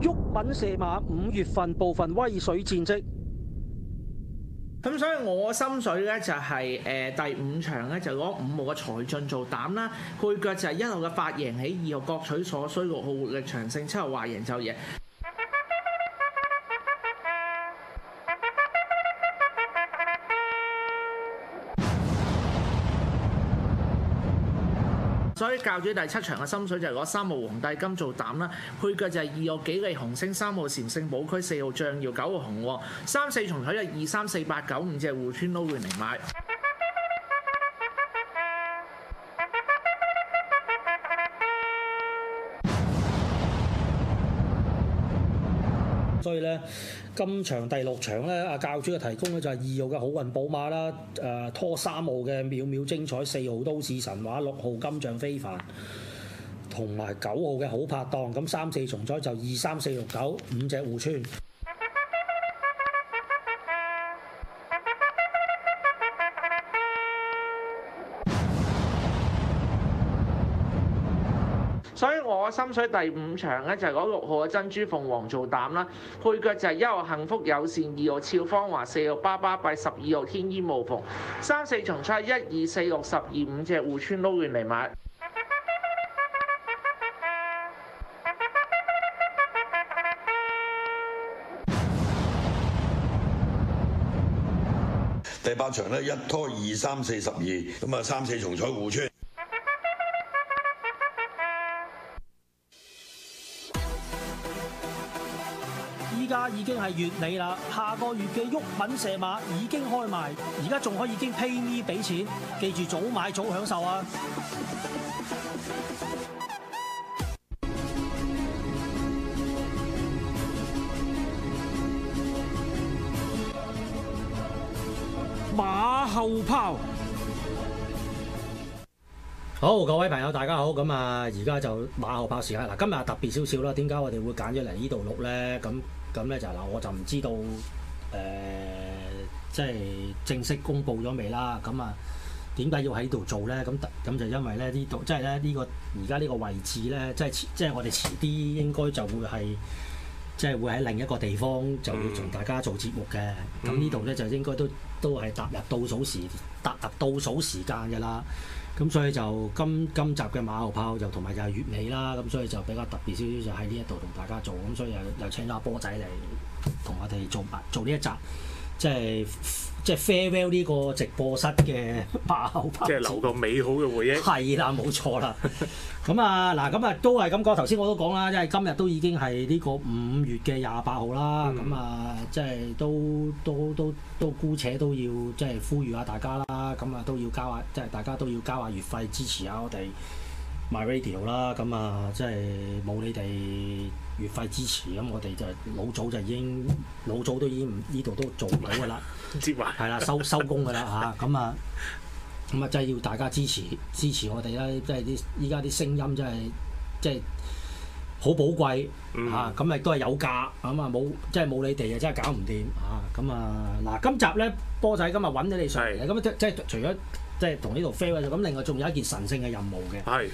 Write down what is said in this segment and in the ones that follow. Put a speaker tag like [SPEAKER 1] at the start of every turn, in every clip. [SPEAKER 1] 品射馬五月份部分威水戰績。
[SPEAKER 2] 咁所以我心水咧就係、誒、呃第五場咧就攞五號嘅財進做膽啦，配腳就係一號嘅發贏起，二號各取所需，六號活力長勝，七號華贏就贏。所以教主第七場嘅心水就係攞三號皇帝金做膽啦，配腳就係二號幾利紅星、三號禪聖寶區、四號象耀、九號紅喎，三四重彩就二三四八九五隻互村撈亂嚟買。
[SPEAKER 3] 所以咧，今場第六場咧，阿教主嘅提供咧就係二號嘅好運寶馬啦，誒、拖三號嘅秒秒精彩，四號都市神話，六號金像非凡，同埋九號嘅好拍檔。咁三四重彩就二三四六九五隻互穿。
[SPEAKER 2] 所以我心水第五場咧就係嗰六號嘅珍珠鳳凰做膽啦，配腳就係一號幸福友善，二號俏芳華，四號巴巴閉，十二號天衣無縫，三四重彩一二四六十二五隻互村撈亂嚟買。
[SPEAKER 4] 第八場咧一拖二三四十二，咁啊三四重彩互穿。
[SPEAKER 3] 依家已經係月尾啦，下個月嘅鬱品射馬已經開賣，而家仲可以經 pay me 俾錢，記住早買早享受啊！
[SPEAKER 5] 馬後炮。
[SPEAKER 3] 好，各位朋友，大家好。咁啊，而家就馬後炮時間。嗱，今日特別少少啦。點解我哋會揀咗嚟呢度錄咧？咁咁咧就嗱，我就唔知道誒、呃即係正式公布咗未啦。咁啊，點解要喺度做咧？咁特咁就因為咧呢度，即係咧呢個而家呢個位置咧，即係遲即係我哋遲啲應該就會係。即係會喺另一個地方就會同大家做節目嘅，咁呢度咧就應該都都係踏入倒數時踏入倒數時間嘅啦。咁所以就今今集嘅馬後炮就同埋就係月尾啦，咁所以就比較特別少少，就喺呢一度同大家做，咁所以又又請咗阿波仔嚟同我哋做埋做呢一集，即係即係 farewell 呢個直播室嘅馬後炮節目，
[SPEAKER 5] 即係啊留個美好嘅回 憶。
[SPEAKER 3] 係啦，冇錯啦。咁啊，嗱，咁啊都係咁講。頭先我都講啦，因為今日都已經係呢個五月嘅廿八號啦。咁啊、即係都都都都姑且都要即係呼籲下大家啦。咁啊都要交下，即係大家都要交下月費支持下我哋 My Radio 啦。咁啊，即係冇你哋月費支持，咁我哋就老早就已經老早都已經唔呢度都做唔到噶啦。
[SPEAKER 5] 接埋
[SPEAKER 3] 係啦， 收收工㗎啦嚇，咁啊，咁啊，真係要大家支持支持我哋啦，即係啲依家啲聲音真係即係好寶貴
[SPEAKER 5] 嗯
[SPEAKER 3] 嚇，咁啊亦都係有價，咁啊冇即係冇你哋啊，真係搞唔掂嚇，咁啊嗱，今集咧波仔今日揾咗你上嚟，
[SPEAKER 5] 係
[SPEAKER 3] 咁啊即即係除咗即係同呢度 fail 咗，咁另外仲有一件神聖嘅任務嘅。
[SPEAKER 5] 係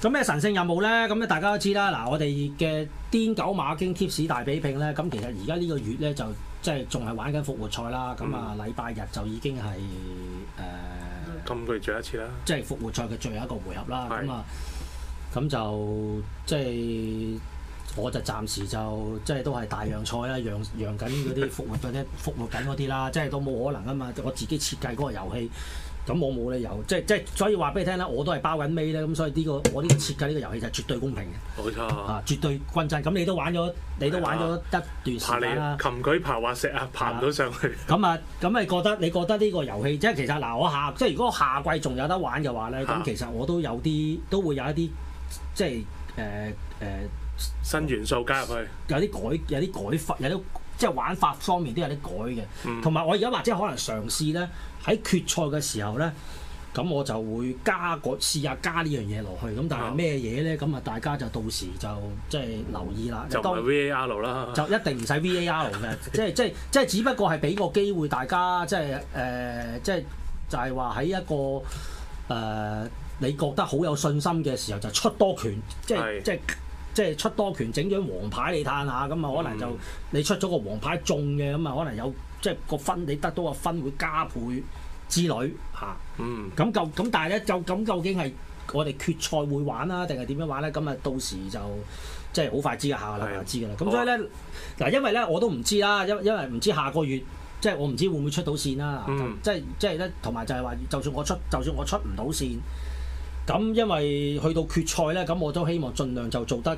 [SPEAKER 3] 咁咩神聖任務咧？咁咧大家都知啦。嗱，我哋嘅癲狗馬經 tips 大比拼咧，咁其實而家呢個月咧就即係仲係玩緊復活賽啦。咁啊，禮拜日就已經係誒、呃
[SPEAKER 5] 咁佢最後一次啦。
[SPEAKER 3] 即係復活賽嘅最後一個回合啦。
[SPEAKER 5] 係
[SPEAKER 3] 咁啊，咁就即係我就暫時就即係都係大讓賽啦，讓讓緊嗰啲復活嗰啲 復活緊嗰啲啦，即係都冇可能啊嘛。我自己設計嗰個遊戲。咁我冇理由，即係即係，所以話俾你聽啦，我都係包緊尾咧，咁所以呢、個我呢個設計呢個遊戲就係絕對公平嘅，
[SPEAKER 5] 冇錯。
[SPEAKER 3] 啊，絕對均真。咁你都玩咗，你都玩咗一
[SPEAKER 5] 爬
[SPEAKER 3] 段時
[SPEAKER 5] 你
[SPEAKER 3] 間啦。
[SPEAKER 5] 擒佢爬滑石啊，爬唔到上去。
[SPEAKER 3] 咁啊，咁你覺得你覺得呢個遊戲，即係其實嗱，我下即係如果下季仲有得玩嘅話咧，咁
[SPEAKER 5] 啊
[SPEAKER 3] 其實我都有啲都會有一啲即係誒誒
[SPEAKER 5] 新元素加入去。
[SPEAKER 3] 有啲改有啲改法有啲即係玩法方面都有啲改嘅。
[SPEAKER 5] 嗯
[SPEAKER 3] 同埋我而家或者可能嘗試咧喺決賽嘅時候咧，咁我就會加個試下加呢樣嘢落去。咁但係
[SPEAKER 5] 啊
[SPEAKER 3] 咩嘢咧？咁啊，大家就到時就即係留意啦。
[SPEAKER 5] 就唔係 VAR 啦。
[SPEAKER 3] 就一定唔使 VAR 嘅，即係即係即係，只不過係俾個機會大家，即係誒、呃即係就係話喺一個誒、呃你覺得好有信心嘅時候，就出多拳，即係
[SPEAKER 5] 係
[SPEAKER 3] 即係即係出多拳整咗黃牌你嘆下，咁啊可能就、你出咗個黃牌中嘅，咁啊可能有即係個分你得到個分會加倍之類嚇。
[SPEAKER 5] 嗯，
[SPEAKER 3] 咁究咁，但係咧就咁究竟係我哋決賽會玩啦，定係點樣玩咧？咁啊，到時就即係好快知㗎，下個禮拜
[SPEAKER 5] 係
[SPEAKER 3] 知㗎啦。
[SPEAKER 5] 好
[SPEAKER 3] 咁
[SPEAKER 5] 啊
[SPEAKER 3] 所以咧，嗱，因為咧我都唔知啦，因因為唔知下個月。即係我唔知會唔會出到線啦，
[SPEAKER 5] 嗯
[SPEAKER 3] 即係即係咧，同埋就係話，就算我出，就算我出唔到線，咁因為去到決賽咧，咁我都希望盡量就做得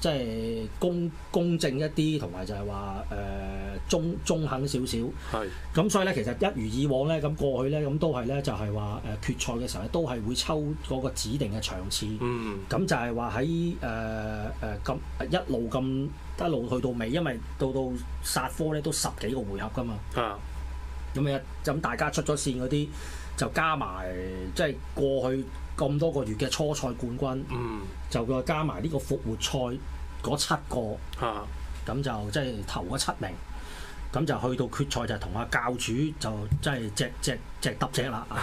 [SPEAKER 3] 即係公公正一啲，同埋就係話誒中中肯少少。
[SPEAKER 5] 係
[SPEAKER 3] 咁所以咧，其實一如以往咧，咁過去咧，咁都係咧，就係話誒決賽嘅時候咧，都係會抽嗰個指定嘅場次。咁、
[SPEAKER 5] 嗯
[SPEAKER 3] 就係話喺誒誒呃咁一路咁一路去到尾，因為到到殺科咧都十幾個回合噶嘛。
[SPEAKER 5] 啊
[SPEAKER 3] 咁啊，咁大家出咗線嗰啲就加埋，即係過去咁多個月嘅初賽冠軍，
[SPEAKER 5] 嗯
[SPEAKER 3] 就再加埋呢個復活賽嗰七個。
[SPEAKER 5] 啊
[SPEAKER 3] 咁就即係頭嗰七名，咁就去到決賽就同阿教主就即係隻隻隻揼隻啦 啊！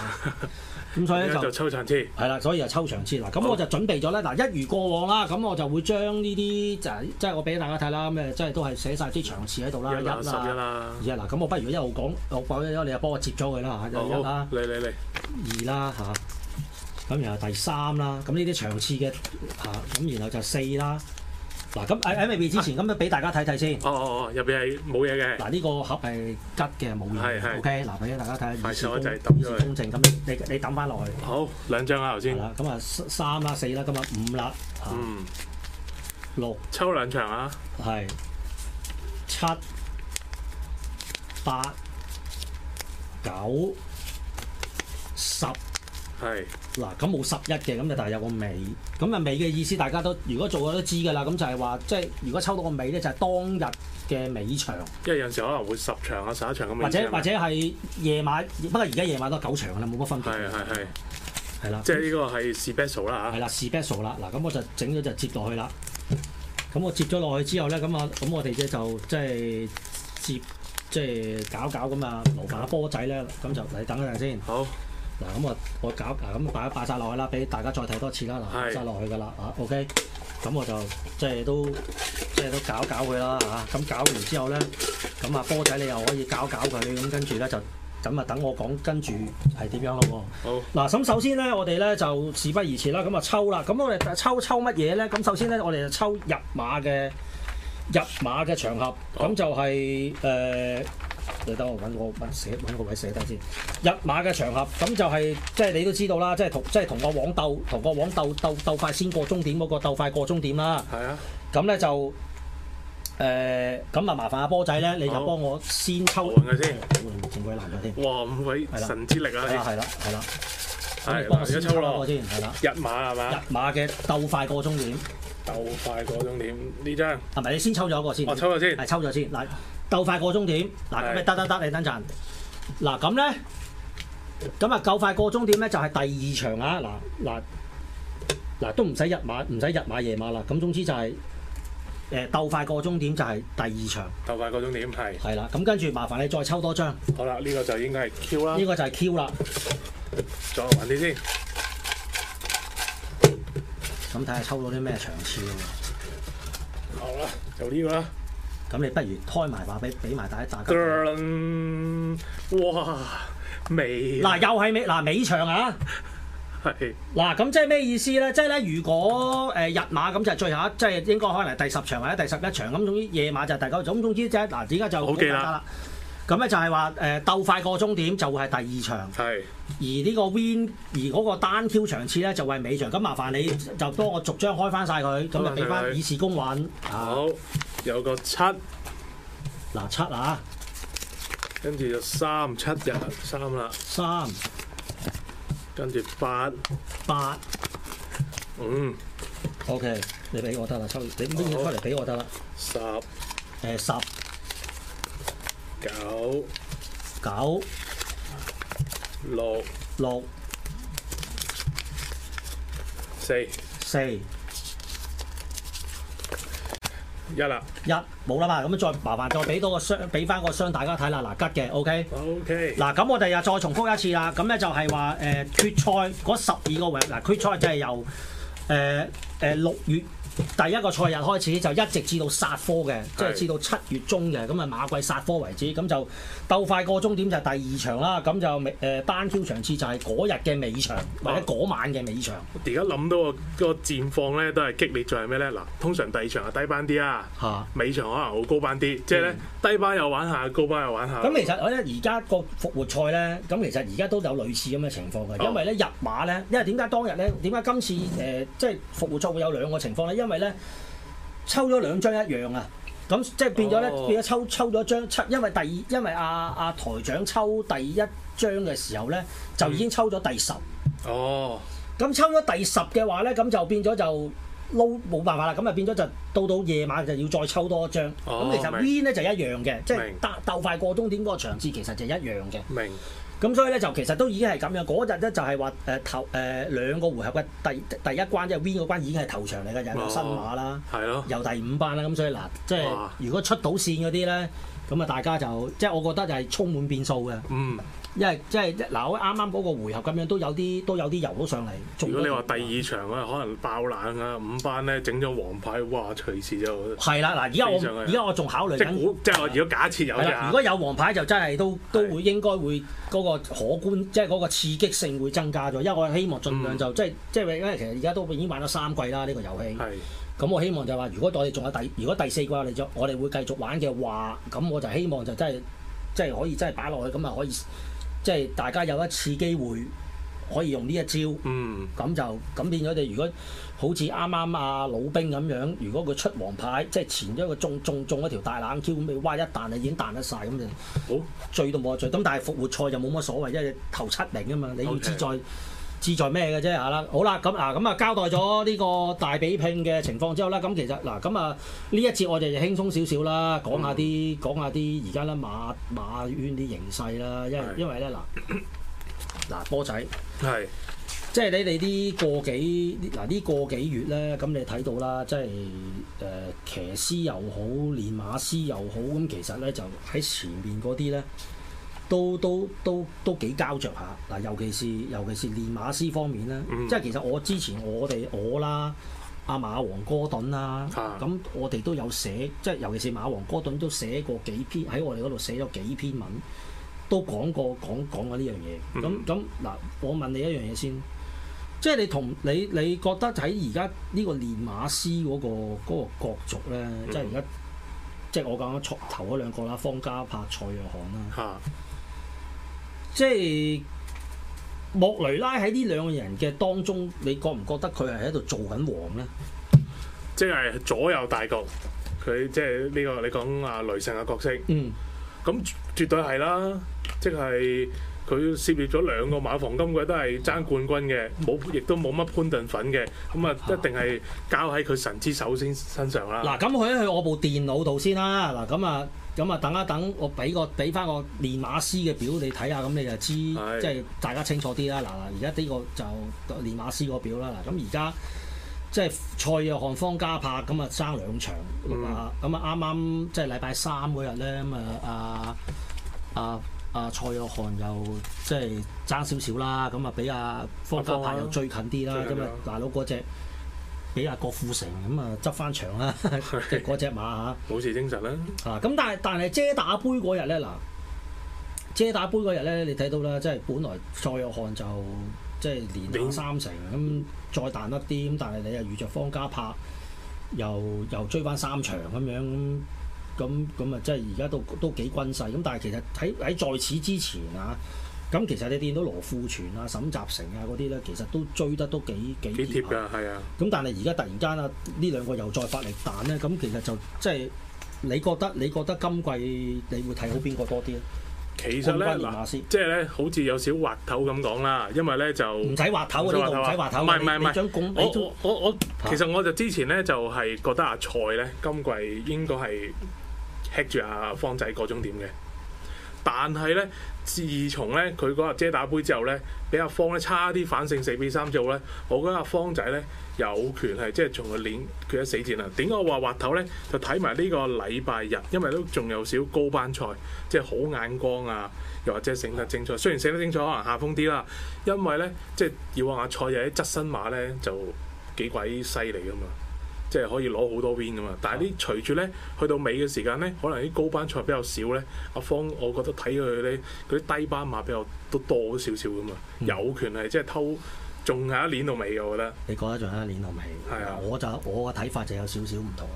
[SPEAKER 3] 咁所以
[SPEAKER 5] 而
[SPEAKER 3] 咧
[SPEAKER 5] 家
[SPEAKER 3] 就
[SPEAKER 5] 就抽殘次，
[SPEAKER 3] 係啦，所以就抽場先啦。咁
[SPEAKER 5] 好
[SPEAKER 3] 我就準備咗咧，嗱一如過往啦，咁我就會將呢啲就係即係我俾大家睇啦，咁誒即係都係寫晒啲場次喺度啦，
[SPEAKER 5] 一
[SPEAKER 3] 一
[SPEAKER 5] 啦十一
[SPEAKER 3] 啦。
[SPEAKER 5] 啦，
[SPEAKER 3] 二啊嗱，咁我不如一路講，我講咗你就幫我接咗佢啦嚇，一
[SPEAKER 5] 好
[SPEAKER 3] 啦，、
[SPEAKER 5] 你你你，
[SPEAKER 3] 二啦嚇，咁然後第三啦，咁呢啲場次嘅嚇，咁然後就四啦。嗱咁喺喺未必之前，咁俾大家睇睇先。
[SPEAKER 5] 哦哦哦，入邊係冇嘢嘅，
[SPEAKER 3] 嗱呢個盒係吉嘅冇用
[SPEAKER 5] 係係
[SPEAKER 3] 嘅，OK 嗱俾大家睇下，以示
[SPEAKER 5] 手
[SPEAKER 3] 公
[SPEAKER 5] 一掣抌咗
[SPEAKER 3] 以
[SPEAKER 5] 佢
[SPEAKER 3] 示公正咁，你你你抌翻落去
[SPEAKER 5] 好兩張啊頭
[SPEAKER 3] 係
[SPEAKER 5] 先，
[SPEAKER 3] 啦，咁啊三啦四啦，咁啊五啦嚇
[SPEAKER 5] 嗯，
[SPEAKER 3] 六
[SPEAKER 5] 抽兩場啊，
[SPEAKER 3] 係七八九十
[SPEAKER 5] 係
[SPEAKER 3] 嗱，咁冇十一嘅，咁就但係有個尾，咁啊尾嘅意思大家都如果做過都知㗎啦，咁就係話即係如果抽到個尾咧，就係當日嘅尾場，
[SPEAKER 5] 因為有陣時可能會十場啊十一場咁嘅意思
[SPEAKER 3] 或者
[SPEAKER 5] 係咪
[SPEAKER 3] 或者係夜晚，不過而家夜晚都係九場㗎啦，冇乜分別。
[SPEAKER 5] 係係係，
[SPEAKER 3] 係啦，
[SPEAKER 5] 即係呢個係 special 啦啊
[SPEAKER 3] 係
[SPEAKER 5] 嚇，
[SPEAKER 3] 啦，special 啦，嗱咁我就整咗就接落去啦。咁我接咗落去之後咧，咁啊，咁我哋咧就即係接即係搞搞咁啊，勞煩阿波仔咧，咁就你等一陣先。
[SPEAKER 5] 好
[SPEAKER 3] 嗱，咁我我搞嗱，咁擺一擺晒落去啦，俾大家再睇多次啦，嗱，
[SPEAKER 5] 係
[SPEAKER 3] 擺晒落去噶啦，啊，OK，咁我就即係都即係都搞搞佢啦，嚇，咁搞完之後咧，咁啊波仔你又可以搞搞佢，咁跟住咧就咁啊等我講跟住係點樣咯喎。
[SPEAKER 5] 好
[SPEAKER 3] 嗱，咁首先咧，我哋咧就事不宜遲啦，咁啊抽啦，咁我哋抽抽乜嘢咧？咁首先咧，我哋就抽入馬嘅入馬嘅場合，
[SPEAKER 5] 好
[SPEAKER 3] 咁就係、呃你等我揾個揾寫揾個位寫低先。入馬嘅場合，咁就係、即係你都知道啦，即係同即係同個網鬥，同個網鬥鬥鬥快先過終點嗰、個鬥快過終點啦。
[SPEAKER 5] 係啊，
[SPEAKER 3] 咁咧就誒，呃咁、啊麻煩阿波仔咧，你就
[SPEAKER 5] 好
[SPEAKER 3] 幫我先
[SPEAKER 5] 我
[SPEAKER 3] 抽。
[SPEAKER 5] 揾佢先，
[SPEAKER 3] 前鬼難咗添。
[SPEAKER 5] 哇五位
[SPEAKER 3] 係啦
[SPEAKER 5] 神之力
[SPEAKER 3] 係啦
[SPEAKER 5] 啊，
[SPEAKER 3] 係啦係啦，咁
[SPEAKER 5] 係
[SPEAKER 3] 你
[SPEAKER 5] 嗱
[SPEAKER 3] 幫我
[SPEAKER 5] 而家
[SPEAKER 3] 先
[SPEAKER 5] 抽啊
[SPEAKER 3] 抽啦
[SPEAKER 5] 落
[SPEAKER 3] 先，係啦。
[SPEAKER 5] 日馬係嘛，
[SPEAKER 3] 日馬嘅鬥快過終點，
[SPEAKER 5] 鬥快過終點呢張，
[SPEAKER 3] 係咪？你先抽咗一個先，
[SPEAKER 5] 我抽咗先
[SPEAKER 3] 係，抽咗先。嗱，鬥快過終點，嗱咁
[SPEAKER 5] 係
[SPEAKER 3] 你得得得，你等陣。嗱咁咧，咁啊夠快過終點咧就係第二場啊！嗱嗱嗱都唔使日馬，唔使日馬夜馬啦。咁總之就係、誒鬥快過終點就係第二場，
[SPEAKER 5] 鬥快過終點係，
[SPEAKER 3] 係啦。咁跟住麻煩你再抽多張，呢、
[SPEAKER 5] 好啦呢個就應該係 Q 啦，
[SPEAKER 3] 個就係 Q 啦。
[SPEAKER 5] 再玩啲先，
[SPEAKER 3] 咁睇下抽到啲咩場次喎。
[SPEAKER 5] 好啦就呢個啦。
[SPEAKER 3] 咁你不如開埋話俾俾埋大家大家。
[SPEAKER 5] 噔哇，未
[SPEAKER 3] 嗱，又係尾嗱尾場啊！
[SPEAKER 5] 係
[SPEAKER 3] 嗱，咁即係咩意思咧？即係咧，如果誒、呃日馬咁就係最後一，即係應該可能係第十場或者第十一場咁，總之夜馬就係第九場。咁總之即係嗱，而家就
[SPEAKER 5] 好記啦
[SPEAKER 3] 簡單。咁啊咧就係話誒鬥快過終點就會係呃第二場，
[SPEAKER 5] 係
[SPEAKER 3] 而呢個 win 而嗰個單 Q 場次咧就會係尾場。咁麻煩你就幫我逐張開翻晒佢，咁就啊俾翻以示公允。啊，
[SPEAKER 5] 好有個七，
[SPEAKER 3] 嗱七啊，
[SPEAKER 5] 跟住就三七日三啦，
[SPEAKER 3] 三
[SPEAKER 5] 跟住八
[SPEAKER 3] 八
[SPEAKER 5] 五
[SPEAKER 3] ，OK，你俾我得啦，抽你拎咗出嚟俾我得啦。
[SPEAKER 5] 十
[SPEAKER 3] 誒十
[SPEAKER 5] 九
[SPEAKER 3] 九
[SPEAKER 5] 六
[SPEAKER 3] 六
[SPEAKER 5] 四
[SPEAKER 3] 四。
[SPEAKER 5] 一啦。
[SPEAKER 3] 一冇啦嘛，咁啊再麻煩再俾多個箱，俾翻個箱大家睇啦。嗱，吉嘅，OK。
[SPEAKER 5] OK，
[SPEAKER 3] 嗱，咁我哋又再重複一次啦。咁咧就係話誒決賽嗰十二個位，嗱決賽就係由誒、呃誒六月第一個賽日開始，就一直至到殺科嘅，即係
[SPEAKER 5] 係
[SPEAKER 3] 至到七月中嘅，咁啊馬季殺科為止，咁就鬥快過終點就係第二場啦，咁就尾誒班 Q 場次就係嗰日嘅尾場或者嗰晚嘅尾場，
[SPEAKER 5] 而家諗到個個戰況咧，都係激烈在係咩咧？嗱，通常第二場係低班啲啊，
[SPEAKER 3] 嚇嗯
[SPEAKER 5] 尾場可能好高班啲，即係咧低班又玩下，高班又玩下。
[SPEAKER 3] 咁其實我覺得而家個復活賽咧，咁其實而家都有類似咁嘅情況嘅，因為咧入馬咧，因為點解當日咧，點解今次誒、呃即係復活賽會有兩個情況咧？因為咧抽咗兩張一樣啊，咁即係變咗咧、
[SPEAKER 5] 哦
[SPEAKER 3] 變咗抽抽咗張抽，因為第二因為阿、阿、台長抽第一張嘅時候咧，就已經抽咗第十。
[SPEAKER 5] 哦，
[SPEAKER 3] 咁抽咗第十嘅話咧，咁就變咗就撈冇辦法啦。咁啊變咗就到到夜晚就要再抽多一張。咁、
[SPEAKER 5] 哦
[SPEAKER 3] 其實
[SPEAKER 5] 明
[SPEAKER 3] win 咧就一樣嘅，即係
[SPEAKER 5] 明
[SPEAKER 3] 鬥鬥快過終點嗰個場次其實就一樣嘅。
[SPEAKER 5] 明
[SPEAKER 3] 咁所以咧就其實都已經係咁樣。嗰日咧就係話誒頭誒兩個回合嘅第第一關即係 win 嗰關已經係頭場嚟嘅，
[SPEAKER 5] 哦
[SPEAKER 3] 又有新馬啦，
[SPEAKER 5] 係咯，
[SPEAKER 3] 又第五班啦。咁所以嗱，即係
[SPEAKER 5] 哇
[SPEAKER 3] 如果出到線嗰啲咧，咁啊大家就即係我覺得就係充滿變數嘅。
[SPEAKER 5] 嗯。
[SPEAKER 3] 因為即係嗱，我啱啱嗰個回合咁樣都有啲都有啲遊到上嚟。中咗
[SPEAKER 5] 如果你話
[SPEAKER 3] 條
[SPEAKER 5] 第二場啊，可能爆冷啊，五班咧整咗黃牌，哇！隨時就
[SPEAKER 3] 係啦，嗱，而家
[SPEAKER 5] 非常
[SPEAKER 3] 我
[SPEAKER 5] 嘅
[SPEAKER 3] 而家我仲考慮
[SPEAKER 5] 即係
[SPEAKER 3] 緊。
[SPEAKER 5] 估，即係我如果假設有
[SPEAKER 3] 係
[SPEAKER 5] 啫
[SPEAKER 3] 啦，如
[SPEAKER 5] 啊
[SPEAKER 3] 果有黃牌就真係都都
[SPEAKER 5] 係
[SPEAKER 3] 會應該會嗰個可觀，即係嗰個刺激性會增加咗。因為我希望盡量
[SPEAKER 5] 嗯
[SPEAKER 3] 就即係即係因為其實而家都已經玩咗三季啦呢個遊戲，
[SPEAKER 5] 係
[SPEAKER 3] 咁我希望就係話如果我哋仲有第如果第四季我哋就我哋會繼續玩嘅話，咁我就希望就真係即係可以真係擺落去，咁啊可以即係大家有一次機會可以用呢一招。
[SPEAKER 5] 嗯
[SPEAKER 3] 咁就咁變咗你，如果好似啱啱阿老兵咁樣，如果佢出黃牌，即係前咗一個中中中一條大冷 Q 咁，你哇一彈就已經彈得晒，咁就
[SPEAKER 5] 好
[SPEAKER 3] 醉到冇得醉。咁但係復活賽就冇乜所謂，因為頭七名啊嘛，你要
[SPEAKER 5] OK
[SPEAKER 3] 志在志在咩嘅啫嚇啦。好啦，咁嗱咁啊交代咗呢個大比拼嘅情況之後啦，咁其實嗱咁啊呢一節我哋就輕鬆少少啦，講
[SPEAKER 5] 嗯
[SPEAKER 3] 下啲講下啲而家咧馬馬圈啲形勢啦，因為
[SPEAKER 5] 係
[SPEAKER 3] 因為咧嗱嗱波仔。
[SPEAKER 5] 係
[SPEAKER 3] 即係你哋呢個幾嗱呢個幾月咧，咁你睇到啦，即係誒、呃、騎師又好，練馬師又好，咁其實咧就喺前面嗰啲咧，都都都都幾膠着下嗱，尤其是尤其是練馬師方面咧，
[SPEAKER 5] 嗯
[SPEAKER 3] 即係其實我之前我哋我啦。阿馬王哥頓啦，
[SPEAKER 5] 啊
[SPEAKER 3] 咁我哋都有寫，即係尤其是馬王哥頓都寫過幾篇喺我哋嗰度寫咗幾篇文，都講過講講過呢樣嘢。咁
[SPEAKER 5] 嗯
[SPEAKER 3] 咁嗱，我問你一樣嘢先，即係你同你你覺得喺而家呢個練馬師嗰、個嗰、個角逐咧，即係而家即係我講咗頭嗰兩個啦，方家柏、蔡若翰啦，
[SPEAKER 5] 嚇
[SPEAKER 3] 即係莫雷拉喺呢兩個人嘅當中，你覺唔覺得佢係喺度做緊王咧？
[SPEAKER 5] 即係左右大局。佢即係呢個你講啊雷神嘅角色，
[SPEAKER 3] 嗯，
[SPEAKER 5] 咁絕對係啦，即係。佢涉獵咗兩個馬房，今季都係爭冠軍嘅，冇亦都冇乜潘頓粉嘅，咁啊一定係交喺佢神之手先身上啦。
[SPEAKER 3] 嗱，咁去一去我部電腦度先啦。嗱，咁啊，咁啊，等一等，我俾個俾翻個練馬師嘅表你睇下，咁你就知，即
[SPEAKER 5] 係
[SPEAKER 3] 係大家清楚啲啦。嗱，嗱而家呢個就練馬師個表啦。嗱，咁而家即係蔡約翰方家柏咁啊，爭兩場
[SPEAKER 5] 嗯
[SPEAKER 3] 啊，咁啊啱啱即係禮拜三嗰日咧，咁啊啊啊啊蔡約翰又即係爭少少啦，咁啊俾阿方家柏又追近啲啦，
[SPEAKER 5] 追
[SPEAKER 3] 因
[SPEAKER 5] 近
[SPEAKER 3] 為
[SPEAKER 5] 咗
[SPEAKER 3] 大佬嗰只。俾阿郭富城咁啊執翻場啦，即係嗰只馬啊
[SPEAKER 5] 冇事精神啦，
[SPEAKER 3] 嚇。啊咁但係但係遮打杯嗰日咧嗱，遮打杯嗰日咧你睇到啦，即係本來蔡約翰就即係連打
[SPEAKER 5] 連
[SPEAKER 3] 三成咁，再彈得啲咁，但係你又遇着方家柏又又追翻三場咁樣咁咁咁啊，即係而家都都幾均勢咁。但係其實喺喺在此之前啊。咁其實你見到羅富全啊、沈集成啊嗰啲咧，其實都追得都幾幾
[SPEAKER 5] 幾貼
[SPEAKER 3] 下
[SPEAKER 5] 㗎，係啊。
[SPEAKER 3] 咁但係而家突然間啊，呢兩個又再發力彈咧，咁其實就即係你覺得你覺得今季你會睇好邊個多啲咧？
[SPEAKER 5] 其實咧
[SPEAKER 3] 冠軍練
[SPEAKER 5] 嗱
[SPEAKER 3] 馬師，
[SPEAKER 5] 即係咧，好似有少少滑頭咁講啦，因為咧就
[SPEAKER 3] 唔使滑頭啊！呢度唔使滑頭啊，
[SPEAKER 5] 唔係唔係
[SPEAKER 3] 你
[SPEAKER 5] 唔
[SPEAKER 3] 你
[SPEAKER 5] 係
[SPEAKER 3] 將拱
[SPEAKER 5] 我
[SPEAKER 3] 你都
[SPEAKER 5] 我我我
[SPEAKER 3] 嚇
[SPEAKER 5] 其實我就之前咧就係覺得阿蔡咧今季應該係吃住阿方仔嗰種點嘅，但係咧自從咧佢嗰日遮打杯之後咧，俾阿方咧差啲反勝四比三之後咧，我覺得阿方仔咧有權係即係從佢練決一死戰啊！點解我話滑頭咧？就睇埋呢個禮拜日，因為都仲有少高班賽，即係好眼光啊，又或者醒得精彩。雖然醒得精彩可能下風啲啦，因為咧即係以往阿蔡又喺側身馬咧就幾鬼犀利噶嘛，即係可以攞好多 win 噶嘛。但係
[SPEAKER 3] 啊
[SPEAKER 5] 呢隨住咧去到尾嘅時間咧，可能啲高班賽比較少咧，阿方我覺得睇佢咧嗰啲低班馬比較都多少少噶嘛，
[SPEAKER 3] 嗯
[SPEAKER 5] 有權係即係偷仲有一年到尾嘅，我覺得
[SPEAKER 3] 你覺得仲有一年後未？
[SPEAKER 5] 係啊
[SPEAKER 3] 我就我嘅睇法就有少少唔同啦。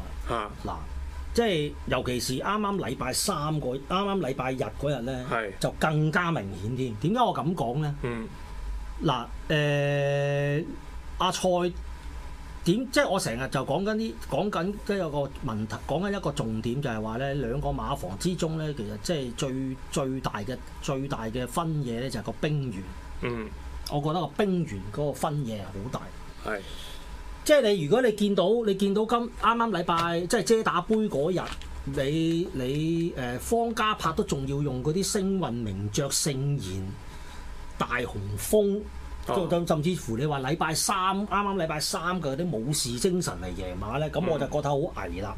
[SPEAKER 5] 嚇
[SPEAKER 3] 嗱，即係尤其是啱啱禮拜三個，啱啱禮拜日嗰日咧
[SPEAKER 5] 係，
[SPEAKER 3] 就更加明顯添。點解我咁講咧？
[SPEAKER 5] 嗯
[SPEAKER 3] 嗱，誒、阿蔡點即係我成日就講緊啲講緊都有個問題，講緊一個重點就係話咧，兩個馬房之中咧，其實即係最最大嘅最大嘅分野咧，就係個兵源。
[SPEAKER 5] 嗯
[SPEAKER 3] 我覺得個兵源嗰個分野係好大。
[SPEAKER 5] 係
[SPEAKER 3] 即係你如果你見到你見到今啱啱禮拜即係遮打杯嗰日，你你誒、呃方家柏都仲要用嗰啲星運名爵聖言大雄風。
[SPEAKER 5] 哦
[SPEAKER 3] 甚甚至乎你話禮拜三啱啱禮拜三嘅啲武士精神嚟贏馬咧，
[SPEAKER 5] 嗯
[SPEAKER 3] 咁我就覺得好危啦，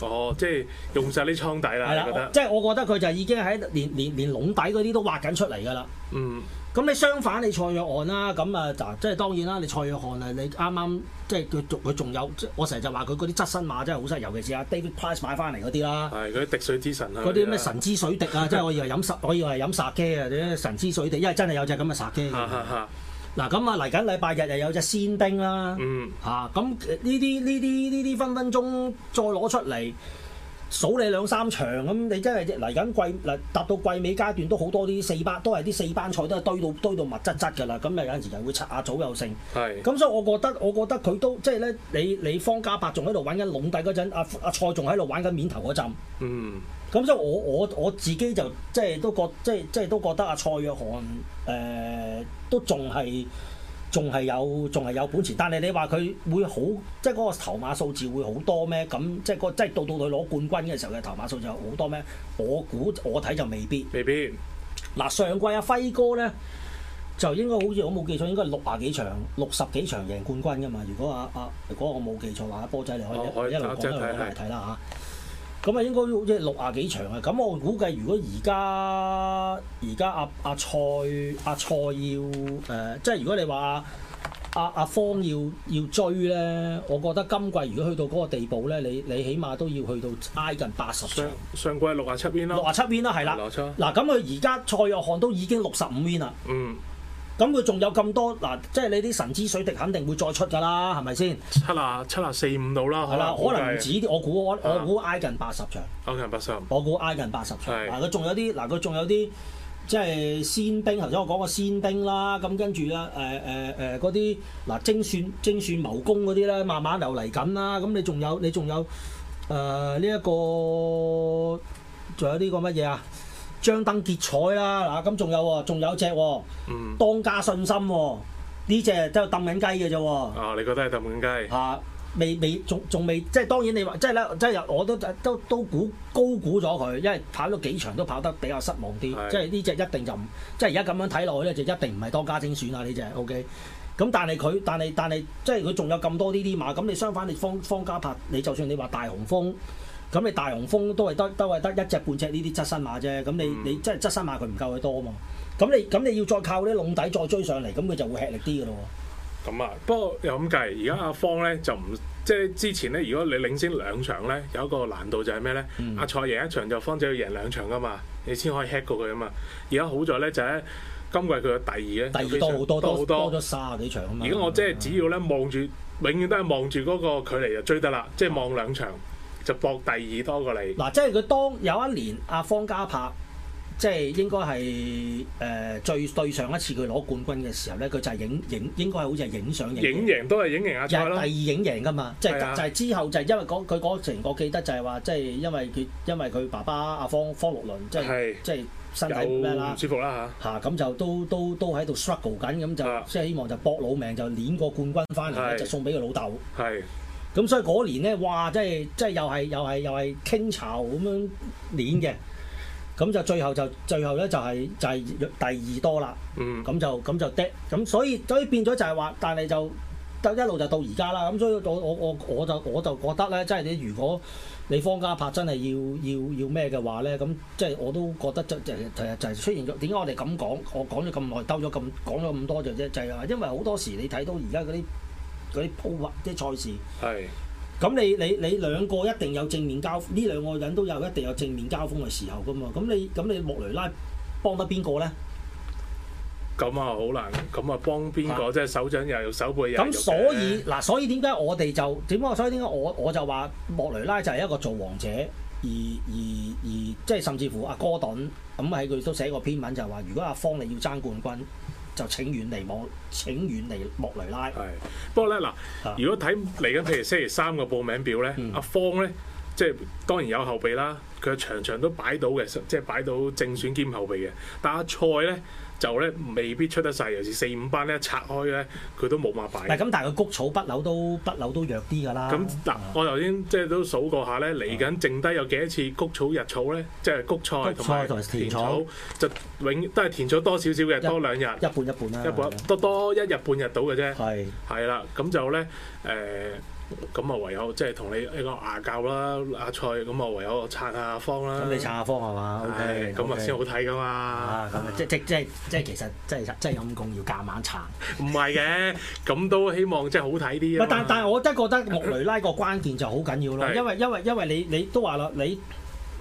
[SPEAKER 5] 哦，即係用晒啲倉底
[SPEAKER 3] 係
[SPEAKER 5] 啦，
[SPEAKER 3] 啦
[SPEAKER 5] 你覺，得
[SPEAKER 3] 即係我覺得佢就已經喺連連連籠底嗰啲都挖緊出嚟㗎啦。
[SPEAKER 5] 嗯
[SPEAKER 3] 咁你相反你蔡若翰啦，咁啊嗱，即係當然啦，你蔡若翰啊，你啱啱即係佢仲佢仲有，即係我成日就話佢嗰啲側身馬真係好犀利，尤其是阿 David Price 買翻嚟嗰啲啦，
[SPEAKER 5] 係嗰啲滴水之神啊
[SPEAKER 3] 嗰啲咩神之水滴啊，即係我以為飲殺， 我以為係飲殺機啊，啲神之水滴，因為真係有隻咁嘅殺機。
[SPEAKER 5] 嚇
[SPEAKER 3] 嗱
[SPEAKER 5] 嚇嚇
[SPEAKER 3] 咁啊嚟緊禮拜日又有隻仙丁啦，
[SPEAKER 5] 嗯
[SPEAKER 3] 嚇啊咁呃呢啲呢啲呢啲分分鐘再攞出嚟。數你兩三場咁，你真係嚟緊季嗱，踏到季尾階段都好多啲四班，都係啲四班賽都係堆到堆到密質質㗎啦。咁啊有陣時又會拆下組又剩。
[SPEAKER 5] 係
[SPEAKER 3] 咁所以我覺得我覺得佢都即係咧，你你方家伯仲喺度玩緊籠底嗰陣，阿阿蔡仲喺度玩緊面頭嗰陣。
[SPEAKER 5] 嗯
[SPEAKER 3] 咁所以我我我自己就即係都覺即係即係都覺得阿蔡若翰誒、呃都仲係仲係有仲係有本錢，但係你話佢會好即係嗰個頭馬數字會好多咩？咁即係個即係到到佢攞冠軍嘅時候嘅頭馬數字有好多咩？我估我睇就未必。
[SPEAKER 5] 未必
[SPEAKER 3] 嗱上季阿輝哥咧就應該好似我冇記錯，應該係六啊幾場、六十幾場贏冠軍噶嘛。如果阿阿如果我冇記錯話，波仔你可以
[SPEAKER 5] 我哦可以
[SPEAKER 3] 一一路
[SPEAKER 5] 打
[SPEAKER 3] 講
[SPEAKER 5] 即
[SPEAKER 3] 一
[SPEAKER 5] 係
[SPEAKER 3] 路
[SPEAKER 5] 睇
[SPEAKER 3] 講嚟
[SPEAKER 5] 係
[SPEAKER 3] 睇啦嚇。咁啊應該好似六啊幾場啊。咁我估計如果而家而家啊阿阿蔡阿蔡要誒、呃即係如果你話。阿阿方要要追咧，我覺得今季如果去到嗰個地步咧，你你起碼都要去到挨近八十場
[SPEAKER 5] 上，上季六啊七邊
[SPEAKER 3] 六
[SPEAKER 5] 咯
[SPEAKER 3] 啊，七 win 啦，係啦。
[SPEAKER 5] 六啊七。
[SPEAKER 3] 嗱，咁佢而家蔡若翰都已經六十五 win 啦，
[SPEAKER 5] 嗯，
[SPEAKER 3] 咁佢仲有咁多嗱，即係你啲神之水滴肯定會再出㗎啦，係咪先？
[SPEAKER 5] 七啊七啊四五度啦，
[SPEAKER 3] 係啦，可能唔止啲，我估我
[SPEAKER 5] 啊
[SPEAKER 3] 我估挨近八十場，
[SPEAKER 5] 歐勤八十，
[SPEAKER 3] 我估挨近八十場。
[SPEAKER 5] 係
[SPEAKER 3] 嗱，佢仲有啲嗱，佢仲有啲即係仙兵，頭先我講過仙兵啦，咁跟住啦，誒誒誒嗰啲嗱精算精算謀攻嗰啲咧，慢慢流嚟緊啦。咁你仲有你仲有誒呢一個，仲有呢個乜嘢啊？張燈結彩啦，嗱咁仲有喎，仲有隻喎。
[SPEAKER 5] 嗯，
[SPEAKER 3] 當家信心喎、呢只都係抌緊雞嘅啫喎，
[SPEAKER 5] 啊，你覺得係揼緊雞？
[SPEAKER 3] 啊未未仲仲未，即係當然你話即係咧，即係我都都都估高估咗佢，因為跑咗幾場都跑得比較失望啲，
[SPEAKER 5] 係
[SPEAKER 3] 即係呢只一定就唔，即係而家咁樣睇落去咧，就一定唔係當家精選啊啦呢只，OK。咁但係佢，但係但係，即係佢仲有咁多呢啲馬，咁你相反你方方家柏，你就算你話大雄峰，咁你大雄峰都係得都係得一隻半隻呢啲側身馬啫，咁你、
[SPEAKER 5] 嗯
[SPEAKER 3] 你即係側身馬佢唔夠佢多嘛，咁你咁你要再靠啲籠底再追上嚟，咁佢就會吃力啲嘅咯喎。
[SPEAKER 5] 咁啊，不過又咁計，而家阿方咧就唔即係之前咧，如果你領先兩場咧，有一個難度就係咩咧？
[SPEAKER 3] 嗯
[SPEAKER 5] 阿蔡贏一場就方仔要贏兩場噶嘛，你先可以 hack 過佢啊嘛。而家好在咧就係今季佢嘅第二咧，
[SPEAKER 3] 第二多好多，
[SPEAKER 5] 多好
[SPEAKER 3] 多多
[SPEAKER 5] 多
[SPEAKER 3] 咗。卅幾場啊嘛。
[SPEAKER 5] 而家我即係只要咧望住，永遠都係望住嗰個距離就追得啦，
[SPEAKER 3] 啊
[SPEAKER 5] 即係望兩場就搏第二多過你。
[SPEAKER 3] 嗱，即係佢當有一年阿方家柏，即係應該係誒、呃最對上一次佢攞冠軍嘅時候咧，佢就係影影應該係好似係影相
[SPEAKER 5] 影贏都係影贏阿
[SPEAKER 3] 又
[SPEAKER 5] 蔡
[SPEAKER 3] 係
[SPEAKER 5] 咯
[SPEAKER 3] 第二，影贏噶嘛，即係
[SPEAKER 5] 係啊
[SPEAKER 3] 就係之後就係因為嗰佢嗰程，我記得就係話，即係因為佢因為佢爸爸阿方方六倫，即係
[SPEAKER 5] 係
[SPEAKER 3] 即係身體咩
[SPEAKER 5] 又
[SPEAKER 3] 啦
[SPEAKER 5] 唔。舒服啦
[SPEAKER 3] 嚇咁就都都都喺度 struggle 緊，咁就
[SPEAKER 5] 啊
[SPEAKER 3] 即係希望就搏老命就攣個冠軍翻嚟咧，
[SPEAKER 5] 係
[SPEAKER 3] 就送俾佢老豆。
[SPEAKER 5] 嚇，係。
[SPEAKER 3] 咁所以嗰年咧，哇！真係真係又係又係又係傾巢咁樣攣嘅，咁就最後就最後咧就係、就係、第二多啦，
[SPEAKER 5] 嗯，
[SPEAKER 3] 咁就咁就得，咁所以所以變咗就係話，但係就得一路就到而家啦，咁所以我我我我就我就覺得咧，即係你如果你方家柏真係要要要咩嘅話咧，咁即係我都覺得就就就就係出現咗點解我哋咁講，我講咗咁耐，兜咗咁講咗咁多就啫，就係話因為好多時你睇到而家嗰啲嗰啲鋪啊即係賽事。
[SPEAKER 5] 係
[SPEAKER 3] 咁你你你兩個一定有正面交，呢兩個人都有一定有正面交鋒嘅時候噶嘛。咁你咁你莫雷拉幫得邊個咧？
[SPEAKER 5] 咁啊，好難咁啊，幫邊個即係手掌又肉，手背又肉
[SPEAKER 3] 咁
[SPEAKER 5] 嘅
[SPEAKER 3] 所以嗱，所以點解我哋就點解？所以點解我我就話莫雷拉就係一個造王者，而而而即係甚至乎阿哥頓咁喺佢都寫過篇文就話，如果阿方你要爭冠軍，就請遠離莫請遠離莫雷拉。
[SPEAKER 5] 係不過咧嗱，如果睇嚟緊譬如星期三個報名表咧
[SPEAKER 3] 啊嗯，
[SPEAKER 5] 阿方咧即係當然有後備啦，佢場場都擺到嘅，即係擺到正選兼後備嘅。但阿蔡咧就咧未必出得晒，尤其是四五班咧拆開咧，佢都冇馬擺。
[SPEAKER 3] 嗱咁，但係佢谷草不朽都不朽都弱啲㗎啦。
[SPEAKER 5] 咁嗱，我頭先即係都數過下咧，嚟緊剩低有幾多次谷草日草咧，即係谷菜
[SPEAKER 3] 啊谷
[SPEAKER 5] 同
[SPEAKER 3] 菜
[SPEAKER 5] 埋
[SPEAKER 3] 同埋田
[SPEAKER 5] 田
[SPEAKER 3] 草
[SPEAKER 5] 草，就永都係田草多少少嘅，多兩日
[SPEAKER 3] 一半一半啦。
[SPEAKER 5] 一半多多一日半日到嘅啫。
[SPEAKER 3] 係
[SPEAKER 5] 係啦，咁就咧誒，咁啊唯有即係同你一個牙教啦，阿蔡咁啊唯有撐下方啦。
[SPEAKER 3] 咁你撐下方係嘛
[SPEAKER 5] 唉
[SPEAKER 3] ？OK，
[SPEAKER 5] 咁啊先好睇噶
[SPEAKER 3] 啊
[SPEAKER 5] 嘛。
[SPEAKER 3] 咁啊，即即即即其實即係即係陰公要夾硬撐。
[SPEAKER 5] 唔係嘅，咁都希望即係好睇啲啊
[SPEAKER 3] 唔
[SPEAKER 5] 嘛。
[SPEAKER 3] 但但係我真係覺得莫雷拉個關鍵就好緊要咯，
[SPEAKER 5] 係
[SPEAKER 3] 因為因為因為你你都話啦，你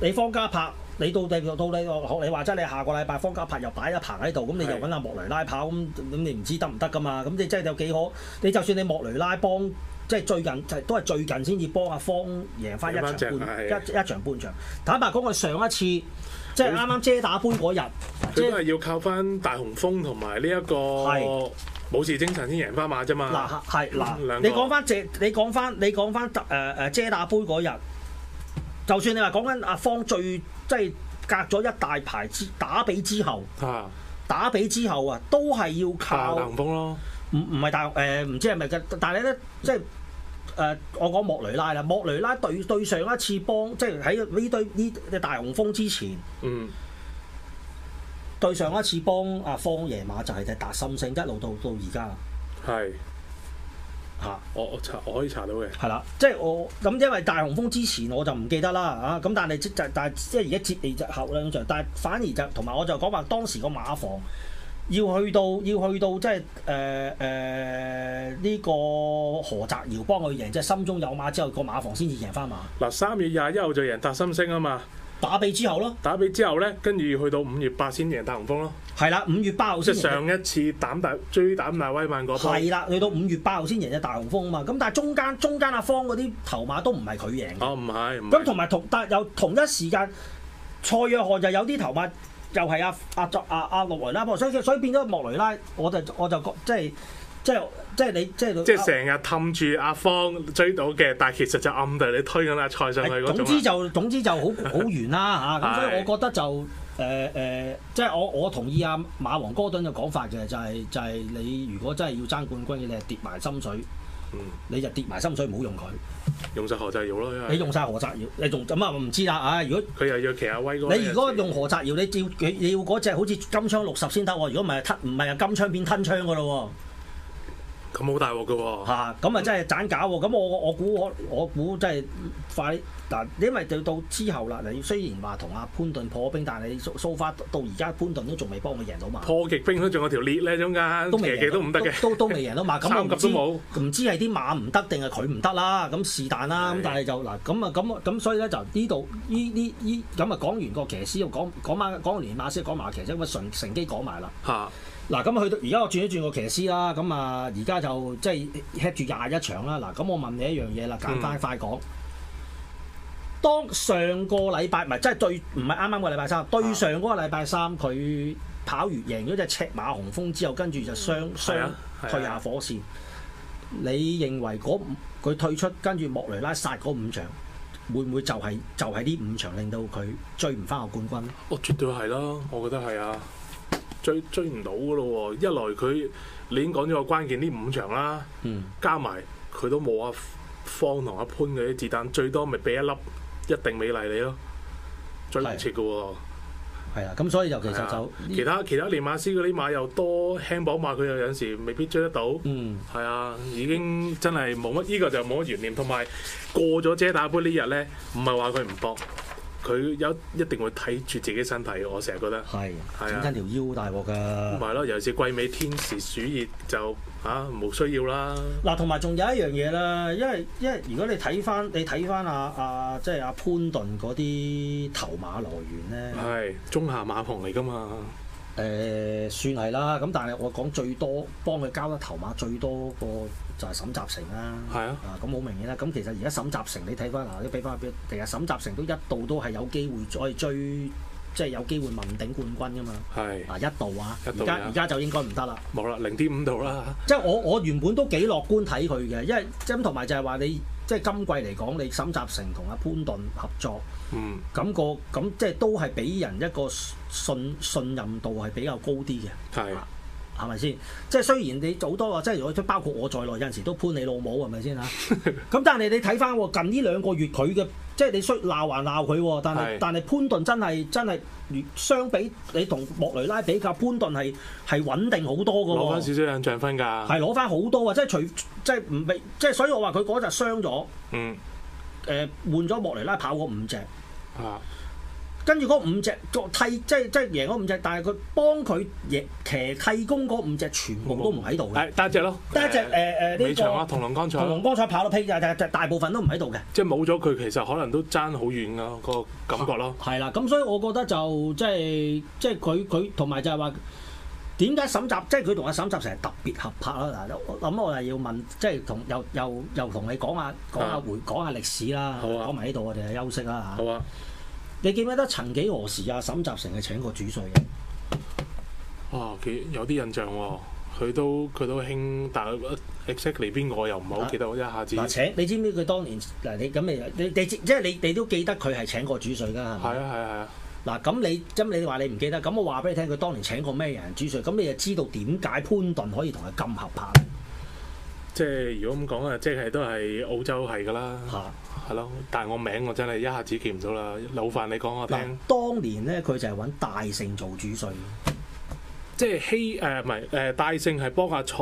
[SPEAKER 3] 你方家柏，你到底到底學你話齋，你下個禮拜方家柏又擺一棚喺度，咁你
[SPEAKER 5] 係
[SPEAKER 3] 又揾阿莫雷拉跑，咁咁你唔知得唔得噶嘛？咁你真係有幾可？你就算你莫雷拉幫，即係最近就都係最近先至幫阿方贏翻一場
[SPEAKER 5] 贏返隻
[SPEAKER 3] 半
[SPEAKER 5] 係
[SPEAKER 3] 一一場半場。坦白講，我上一次即係啱啱遮打杯嗰日，即
[SPEAKER 5] 佢都
[SPEAKER 3] 係
[SPEAKER 5] 係要靠翻大雄峰同埋呢一
[SPEAKER 3] 係
[SPEAKER 5] 個武士精神先贏翻馬啫
[SPEAKER 3] 嗱
[SPEAKER 5] 嘛。
[SPEAKER 3] 係嗱，
[SPEAKER 5] 啊嗯兩
[SPEAKER 3] 你
[SPEAKER 5] 個
[SPEAKER 3] 講翻謝，你講翻你講翻誒誒遮打杯嗰日，就算你話講緊阿方最即係隔咗一大排之打比之後，
[SPEAKER 5] 啊，
[SPEAKER 3] 打比之後啊，都係要
[SPEAKER 5] 大
[SPEAKER 3] 靠
[SPEAKER 5] 雄
[SPEAKER 3] 唔
[SPEAKER 5] 峰咯，
[SPEAKER 3] 唔係呃大誒唔、知係咪嘅，但係咧即係。誒、我講莫雷拉啦，莫雷拉對對上一次幫，即係喺呢堆呢隻大雄峰之前，
[SPEAKER 5] 嗯，
[SPEAKER 3] 對上一次幫阿方爺馬就係就達心性，一路到到而家啦
[SPEAKER 5] 係，
[SPEAKER 3] 嚇。
[SPEAKER 5] 我我查我可以查到嘅，
[SPEAKER 3] 係啦，即係我咁，因為大雄峰之前我就唔記得啦啊，咁但係即就但係即係而家接你隻後兩場，但係反而就同埋我就講話當時個馬房要去到要去到即係誒誒呢個何澤堯幫佢贏，即係心中有馬之後個馬房先至贏翻馬，
[SPEAKER 5] 嗱三月廿一號就贏達心星啊嘛，
[SPEAKER 3] 打比之後咯，
[SPEAKER 5] 打比之後咧，跟住去到五月八先贏大雄峰咯，
[SPEAKER 3] 係啦，五月八號
[SPEAKER 5] 即
[SPEAKER 3] 先
[SPEAKER 5] 係
[SPEAKER 3] 贏
[SPEAKER 5] 上一次膽大追膽大威猛嗰波，
[SPEAKER 3] 係啊啦，去到五月八號先贏只大雄峰啊嘛，咁但係中間中間阿方嗰啲頭馬都唔係佢贏嘅。
[SPEAKER 5] 哦唔係唔
[SPEAKER 3] 咁
[SPEAKER 5] 係，
[SPEAKER 3] 同埋同但又同一時間，蔡約翰就有啲頭髮，又係阿阿作阿阿洛雷拉波，所以所以變咗莫雷拉，我就我就覺即係即係即係你啊即係
[SPEAKER 5] 即係成日氹住阿方追到嘅，但係其實就暗地你推緊阿蔡上去
[SPEAKER 3] 係
[SPEAKER 5] 嗰種
[SPEAKER 3] 總
[SPEAKER 5] 啊
[SPEAKER 3] 之就總之就好好圓啦 嚇，咁所以
[SPEAKER 5] 係
[SPEAKER 3] 我覺得就誒誒、即係我我同意阿、馬王哥頓嘅講法嘅，就係、就係、你如果真係要爭冠軍嘅，你係跌埋心水，
[SPEAKER 5] 嗯
[SPEAKER 3] 你就跌埋心水唔好用佢，
[SPEAKER 5] 用實何就用咯，因
[SPEAKER 3] 你
[SPEAKER 5] 為
[SPEAKER 3] 用晒何澤耀，你用咁啊我唔知啦啊，如果
[SPEAKER 5] 佢又要騎阿威嗰個
[SPEAKER 3] 你如果
[SPEAKER 5] 日子
[SPEAKER 3] 用何澤耀，你照佢你要嗰只好似金槍六十先得喎，如果唔係吞唔係啊金槍變吞槍噶咯
[SPEAKER 5] 咁好大鑊嘅喎
[SPEAKER 3] 喎，。嚇咁啊真係斬假喎，咁我我估我我估真係快嗱，因為到到之後啦，你雖然話同阿潘頓破冰，但係你蘇蘇花到而家潘頓都仲未幫佢贏到馬，
[SPEAKER 5] 破極冰都仲有條裂咧，中間
[SPEAKER 3] 都
[SPEAKER 5] 騎
[SPEAKER 3] 未
[SPEAKER 5] 騎都唔得嘅。
[SPEAKER 3] 都都都未 贏到馬，咁我
[SPEAKER 5] 三
[SPEAKER 3] 唔
[SPEAKER 5] 級
[SPEAKER 3] 知
[SPEAKER 5] 都冇
[SPEAKER 3] 唔知係啲馬唔得定係佢唔得啦，咁是但啦，咁
[SPEAKER 5] 係
[SPEAKER 3] 但係就嗱咁啊咁啊咁，所以咧就呢度呢呢呢咁啊講完個騎師，又講講馬講完馬師，講埋騎師，咁啊順乘機講埋啦。
[SPEAKER 5] 嚇，
[SPEAKER 3] 嗱，咁去到而家我轉一轉個騎師啦，咁啊而家就即係呃 hit 住廿一場啦。嗱，咁我問你一樣嘢
[SPEAKER 5] 嗯
[SPEAKER 3] 啦，簡翻快講。當上個禮拜唔係即係對唔係啱啱個禮拜
[SPEAKER 5] 啊
[SPEAKER 3] 三，對上嗰個禮拜三佢跑完贏咗只赤馬雄風之後，跟住就雙雙
[SPEAKER 5] 係啊係啊
[SPEAKER 3] 退下火線。你認為嗰五佢退出跟住莫雷拉殺嗰五場，會唔會就係、就係、呢五場令到佢追唔翻個冠軍咧？
[SPEAKER 5] 我哦絕對係啦，我覺得係啊，追追唔到嘅咯喎。一來佢你已經講咗個關鍵呢五場啦，
[SPEAKER 3] 嗯，
[SPEAKER 5] 加埋佢都冇阿方同阿潘嗰啲子彈，最多咪俾一粒一定美麗你咯，追唔切嘅喎。
[SPEAKER 3] 係啦，咁所以就其
[SPEAKER 5] 係
[SPEAKER 3] 實
[SPEAKER 5] 啊
[SPEAKER 3] 就
[SPEAKER 5] 其他其他練馬師嗰啲馬又多輕磅馬，佢又有陣時未必追得到。
[SPEAKER 3] 嗯。
[SPEAKER 5] 係啊，已經真係冇乜，呢、個就冇乜懸念。同埋過咗遮打杯呢日咧，唔係話佢唔搏，佢有一定會睇住自己身體。我成日覺得
[SPEAKER 3] 係
[SPEAKER 5] 係
[SPEAKER 3] 整
[SPEAKER 5] 啊
[SPEAKER 3] 親條腰好大鑊
[SPEAKER 5] 唔
[SPEAKER 3] 㗎，
[SPEAKER 5] 係咯，尤其是季尾天時暑熱就嚇冇、需要啦。
[SPEAKER 3] 嗱，同埋仲有一樣嘢啦，因為因為如果你睇翻你睇翻阿阿即係阿潘頓嗰啲頭馬來源咧，
[SPEAKER 5] 係中下馬房嚟㗎嘛，
[SPEAKER 3] 誒、算係啦。咁但係我講最多幫佢交得頭馬最多個就係沈集成啦。
[SPEAKER 5] 係啊，
[SPEAKER 3] 啊，咁好明顯啦。咁其實而家沈集成你睇翻嗱，你俾翻俾，其實沈集成都一度都係有機會再追，即係有機會問鼎冠軍噶嘛。
[SPEAKER 5] 係
[SPEAKER 3] 嗱，一度啊，
[SPEAKER 5] 一
[SPEAKER 3] 而
[SPEAKER 5] 度
[SPEAKER 3] 家
[SPEAKER 5] 啊
[SPEAKER 3] 而家就應該唔得啦。
[SPEAKER 5] 冇啦，零點五度啦，
[SPEAKER 3] 即係我我原本都幾樂觀睇佢嘅，因為即係咁同埋就係話你即係今季嚟講，你沈集成同阿潘頓合作，
[SPEAKER 5] 嗯，
[SPEAKER 3] 咁、個咁即係都係俾人一個信信任度係比較高啲嘅。
[SPEAKER 5] 係
[SPEAKER 3] 係咪先？即係雖然你好多話，即係如果包括我在內，有陣時都潘你老母係咪 先嚇？啊咁但係你睇翻喎，近呢兩個月佢嘅即係你雖鬧還鬧佢喎，但係
[SPEAKER 5] 係
[SPEAKER 3] 但係潘頓真係真係相比你同莫雷拉比較，潘頓係係穩定好多
[SPEAKER 5] 攞
[SPEAKER 3] 嘅
[SPEAKER 5] 翻
[SPEAKER 3] 喎
[SPEAKER 5] 少。少印象分㗎，
[SPEAKER 3] 係攞翻好多啊！即係除即係唔被，即係所以我話佢嗰陣傷咗，誒、
[SPEAKER 5] 嗯
[SPEAKER 3] 換咗莫雷拉跑過五隻，
[SPEAKER 5] 啊，
[SPEAKER 3] 跟住嗰五隻作替即係即係贏嗰五隻，但係佢幫佢贏騎替工嗰五隻全部都唔喺度嘅，
[SPEAKER 5] 誒得一隻咯，
[SPEAKER 3] 得一隻誒誒呢個
[SPEAKER 5] 尾場啊，同龍江
[SPEAKER 3] 同龍
[SPEAKER 5] 場，
[SPEAKER 3] 江彩跑到屁就就大部分都唔喺度嘅。
[SPEAKER 5] 即係冇咗佢，其實可能都爭好遠㗎個感覺咯，
[SPEAKER 3] 係啦，咁所以我覺得就即係即係佢佢同埋就係話點解沈集即係佢同阿沈集成日特別合拍啦？嗱，我諗我係要問，即係同又又又同你講下講下
[SPEAKER 5] 啊
[SPEAKER 3] 回講下歷史啦，
[SPEAKER 5] 好啊
[SPEAKER 3] 講埋呢度我哋就休息啦嚇
[SPEAKER 5] 好。啊，
[SPEAKER 3] 你記唔記得曾幾何時啊？沈集成係請過主帥嘅，
[SPEAKER 5] 哇，哦幾有啲印象喎。佢都佢都興，但係 exactly 邊個我又唔係好記得，我一下子
[SPEAKER 3] 嗱
[SPEAKER 5] 係
[SPEAKER 3] 請你知唔知佢當年嗱你咁你你你知即係你你都記得佢係請過主帥㗎係
[SPEAKER 5] 啊係
[SPEAKER 3] 咪？
[SPEAKER 5] 啊係啊，
[SPEAKER 3] 嗱咁你咁你話你唔記得，咁我話俾你聽佢當年請過咩人主帥，咁你就知道點解潘頓可以同佢咁合拍啦
[SPEAKER 5] 即係如果咁講啊，即係都係澳洲係㗎啦。
[SPEAKER 3] 嚇。
[SPEAKER 5] 係咯，但係我名我真係一下子記唔到啦。老范你講我聽，
[SPEAKER 3] 嗱，當年咧佢就係揾大聖做主帥，
[SPEAKER 5] 即係希誒唔係誒戴勝係幫阿蔡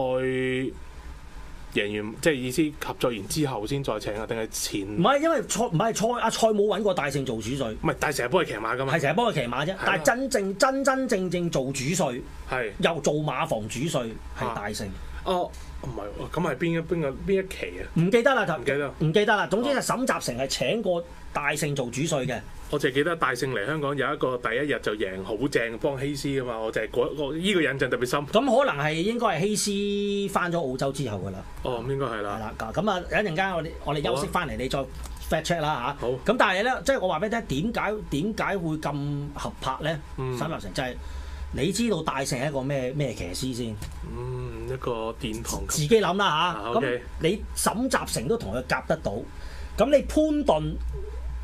[SPEAKER 5] 贏完，即係意思合作完之後先再請啊，定係前
[SPEAKER 3] 唔
[SPEAKER 5] 唔
[SPEAKER 3] 係因為蔡唔係蔡阿蔡冇揾過大聖做主帥，
[SPEAKER 5] 係？但係成日幫佢騎馬噶嘛
[SPEAKER 3] 係？成日幫佢騎馬
[SPEAKER 5] 啊
[SPEAKER 3] 啫。但係真正真真正正做主帥
[SPEAKER 5] 係
[SPEAKER 3] 又做馬房主帥係
[SPEAKER 5] 啊
[SPEAKER 3] 大聖，
[SPEAKER 5] 哦，唔係喎咁係邊一邊個邊一期啊？
[SPEAKER 3] 唔記得啦，
[SPEAKER 5] 唔記得
[SPEAKER 3] 唔記得啦。總之
[SPEAKER 5] 哦
[SPEAKER 3] 就沈集成係請過大聖做主帥嘅，
[SPEAKER 5] 我淨係記得戴勝嚟香港有一個第一日就贏好正幫希斯噶嘛，我就係嗰個依個印象特別深。
[SPEAKER 3] 咁可能係應該係希斯翻咗澳洲之後㗎啦。
[SPEAKER 5] 哦，咁應該係
[SPEAKER 3] 係
[SPEAKER 5] 啦，
[SPEAKER 3] 啦，咁啊，一陣間我哋我哋休息翻嚟，你再 fact check 啦嚇。
[SPEAKER 5] 啊好
[SPEAKER 3] 咁但係咧，即係我話俾你聽，點解點解會咁合拍咧？
[SPEAKER 5] 嗯
[SPEAKER 3] 沈立成就係、你知道大聖係一個咩咩騎師先，
[SPEAKER 5] 嗯，一個殿堂
[SPEAKER 3] 自
[SPEAKER 5] 級，
[SPEAKER 3] 己諗啦
[SPEAKER 5] 啊
[SPEAKER 3] 嚇。咁、
[SPEAKER 5] OK
[SPEAKER 3] 你沈集成都同佢夾得到，咁你潘頓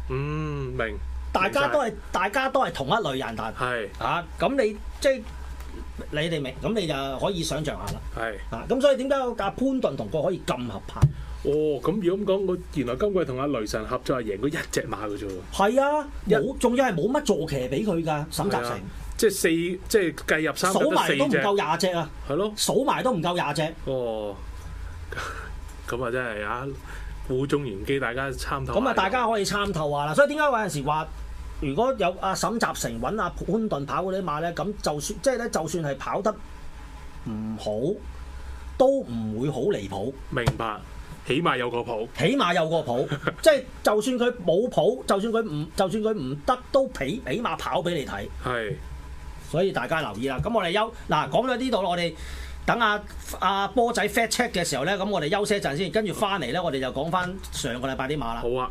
[SPEAKER 5] 嗯，明，
[SPEAKER 3] 大家
[SPEAKER 5] 明晒
[SPEAKER 3] 都係大家都係同一類人，但
[SPEAKER 5] 係
[SPEAKER 3] 嚇咁你即係你哋明，咁你就可以想像下啦。
[SPEAKER 5] 係。
[SPEAKER 3] 啊，咁所以點解阿潘頓同佢可以咁合拍？
[SPEAKER 5] 哦，咁如果咁講，我原來今季同阿雷神合作係贏過一隻馬嘅啫喎，
[SPEAKER 3] 係啊，冇，仲要係冇乜坐騎俾佢㗎，沈集
[SPEAKER 5] 係啊
[SPEAKER 3] 成。
[SPEAKER 5] 即係四即係計入三日
[SPEAKER 3] 數
[SPEAKER 5] 得
[SPEAKER 3] 埋
[SPEAKER 5] 四
[SPEAKER 3] 都唔夠
[SPEAKER 5] 隻，
[SPEAKER 3] 廿隻啊！
[SPEAKER 5] 係咯，
[SPEAKER 3] 數埋都唔夠廿隻，
[SPEAKER 5] 哦， 咁啊真係啊，故中玄機，大家參透下。
[SPEAKER 3] 咁啊大家可以參透下啦。所以點解有陣時話，如果有阿沈集成揾阿潘頓跑嗰啲馬咧，咁就算即係咧，就算係跑得唔好，都唔會好離譜，
[SPEAKER 5] 明白，起碼有個譜，
[SPEAKER 3] 起碼有個 譜。即係就算佢冇譜，就算佢唔就算佢唔得，都起起碼跑俾你睇。
[SPEAKER 5] 係
[SPEAKER 3] 所以大家留意啦。咁我哋休嗱講到呢度啦，我哋等阿阿波仔 fat check 嘅時候咧，咁我哋休息一陣先，跟住翻嚟咧，我哋就講翻上個禮拜啲馬啦。
[SPEAKER 5] 好啊。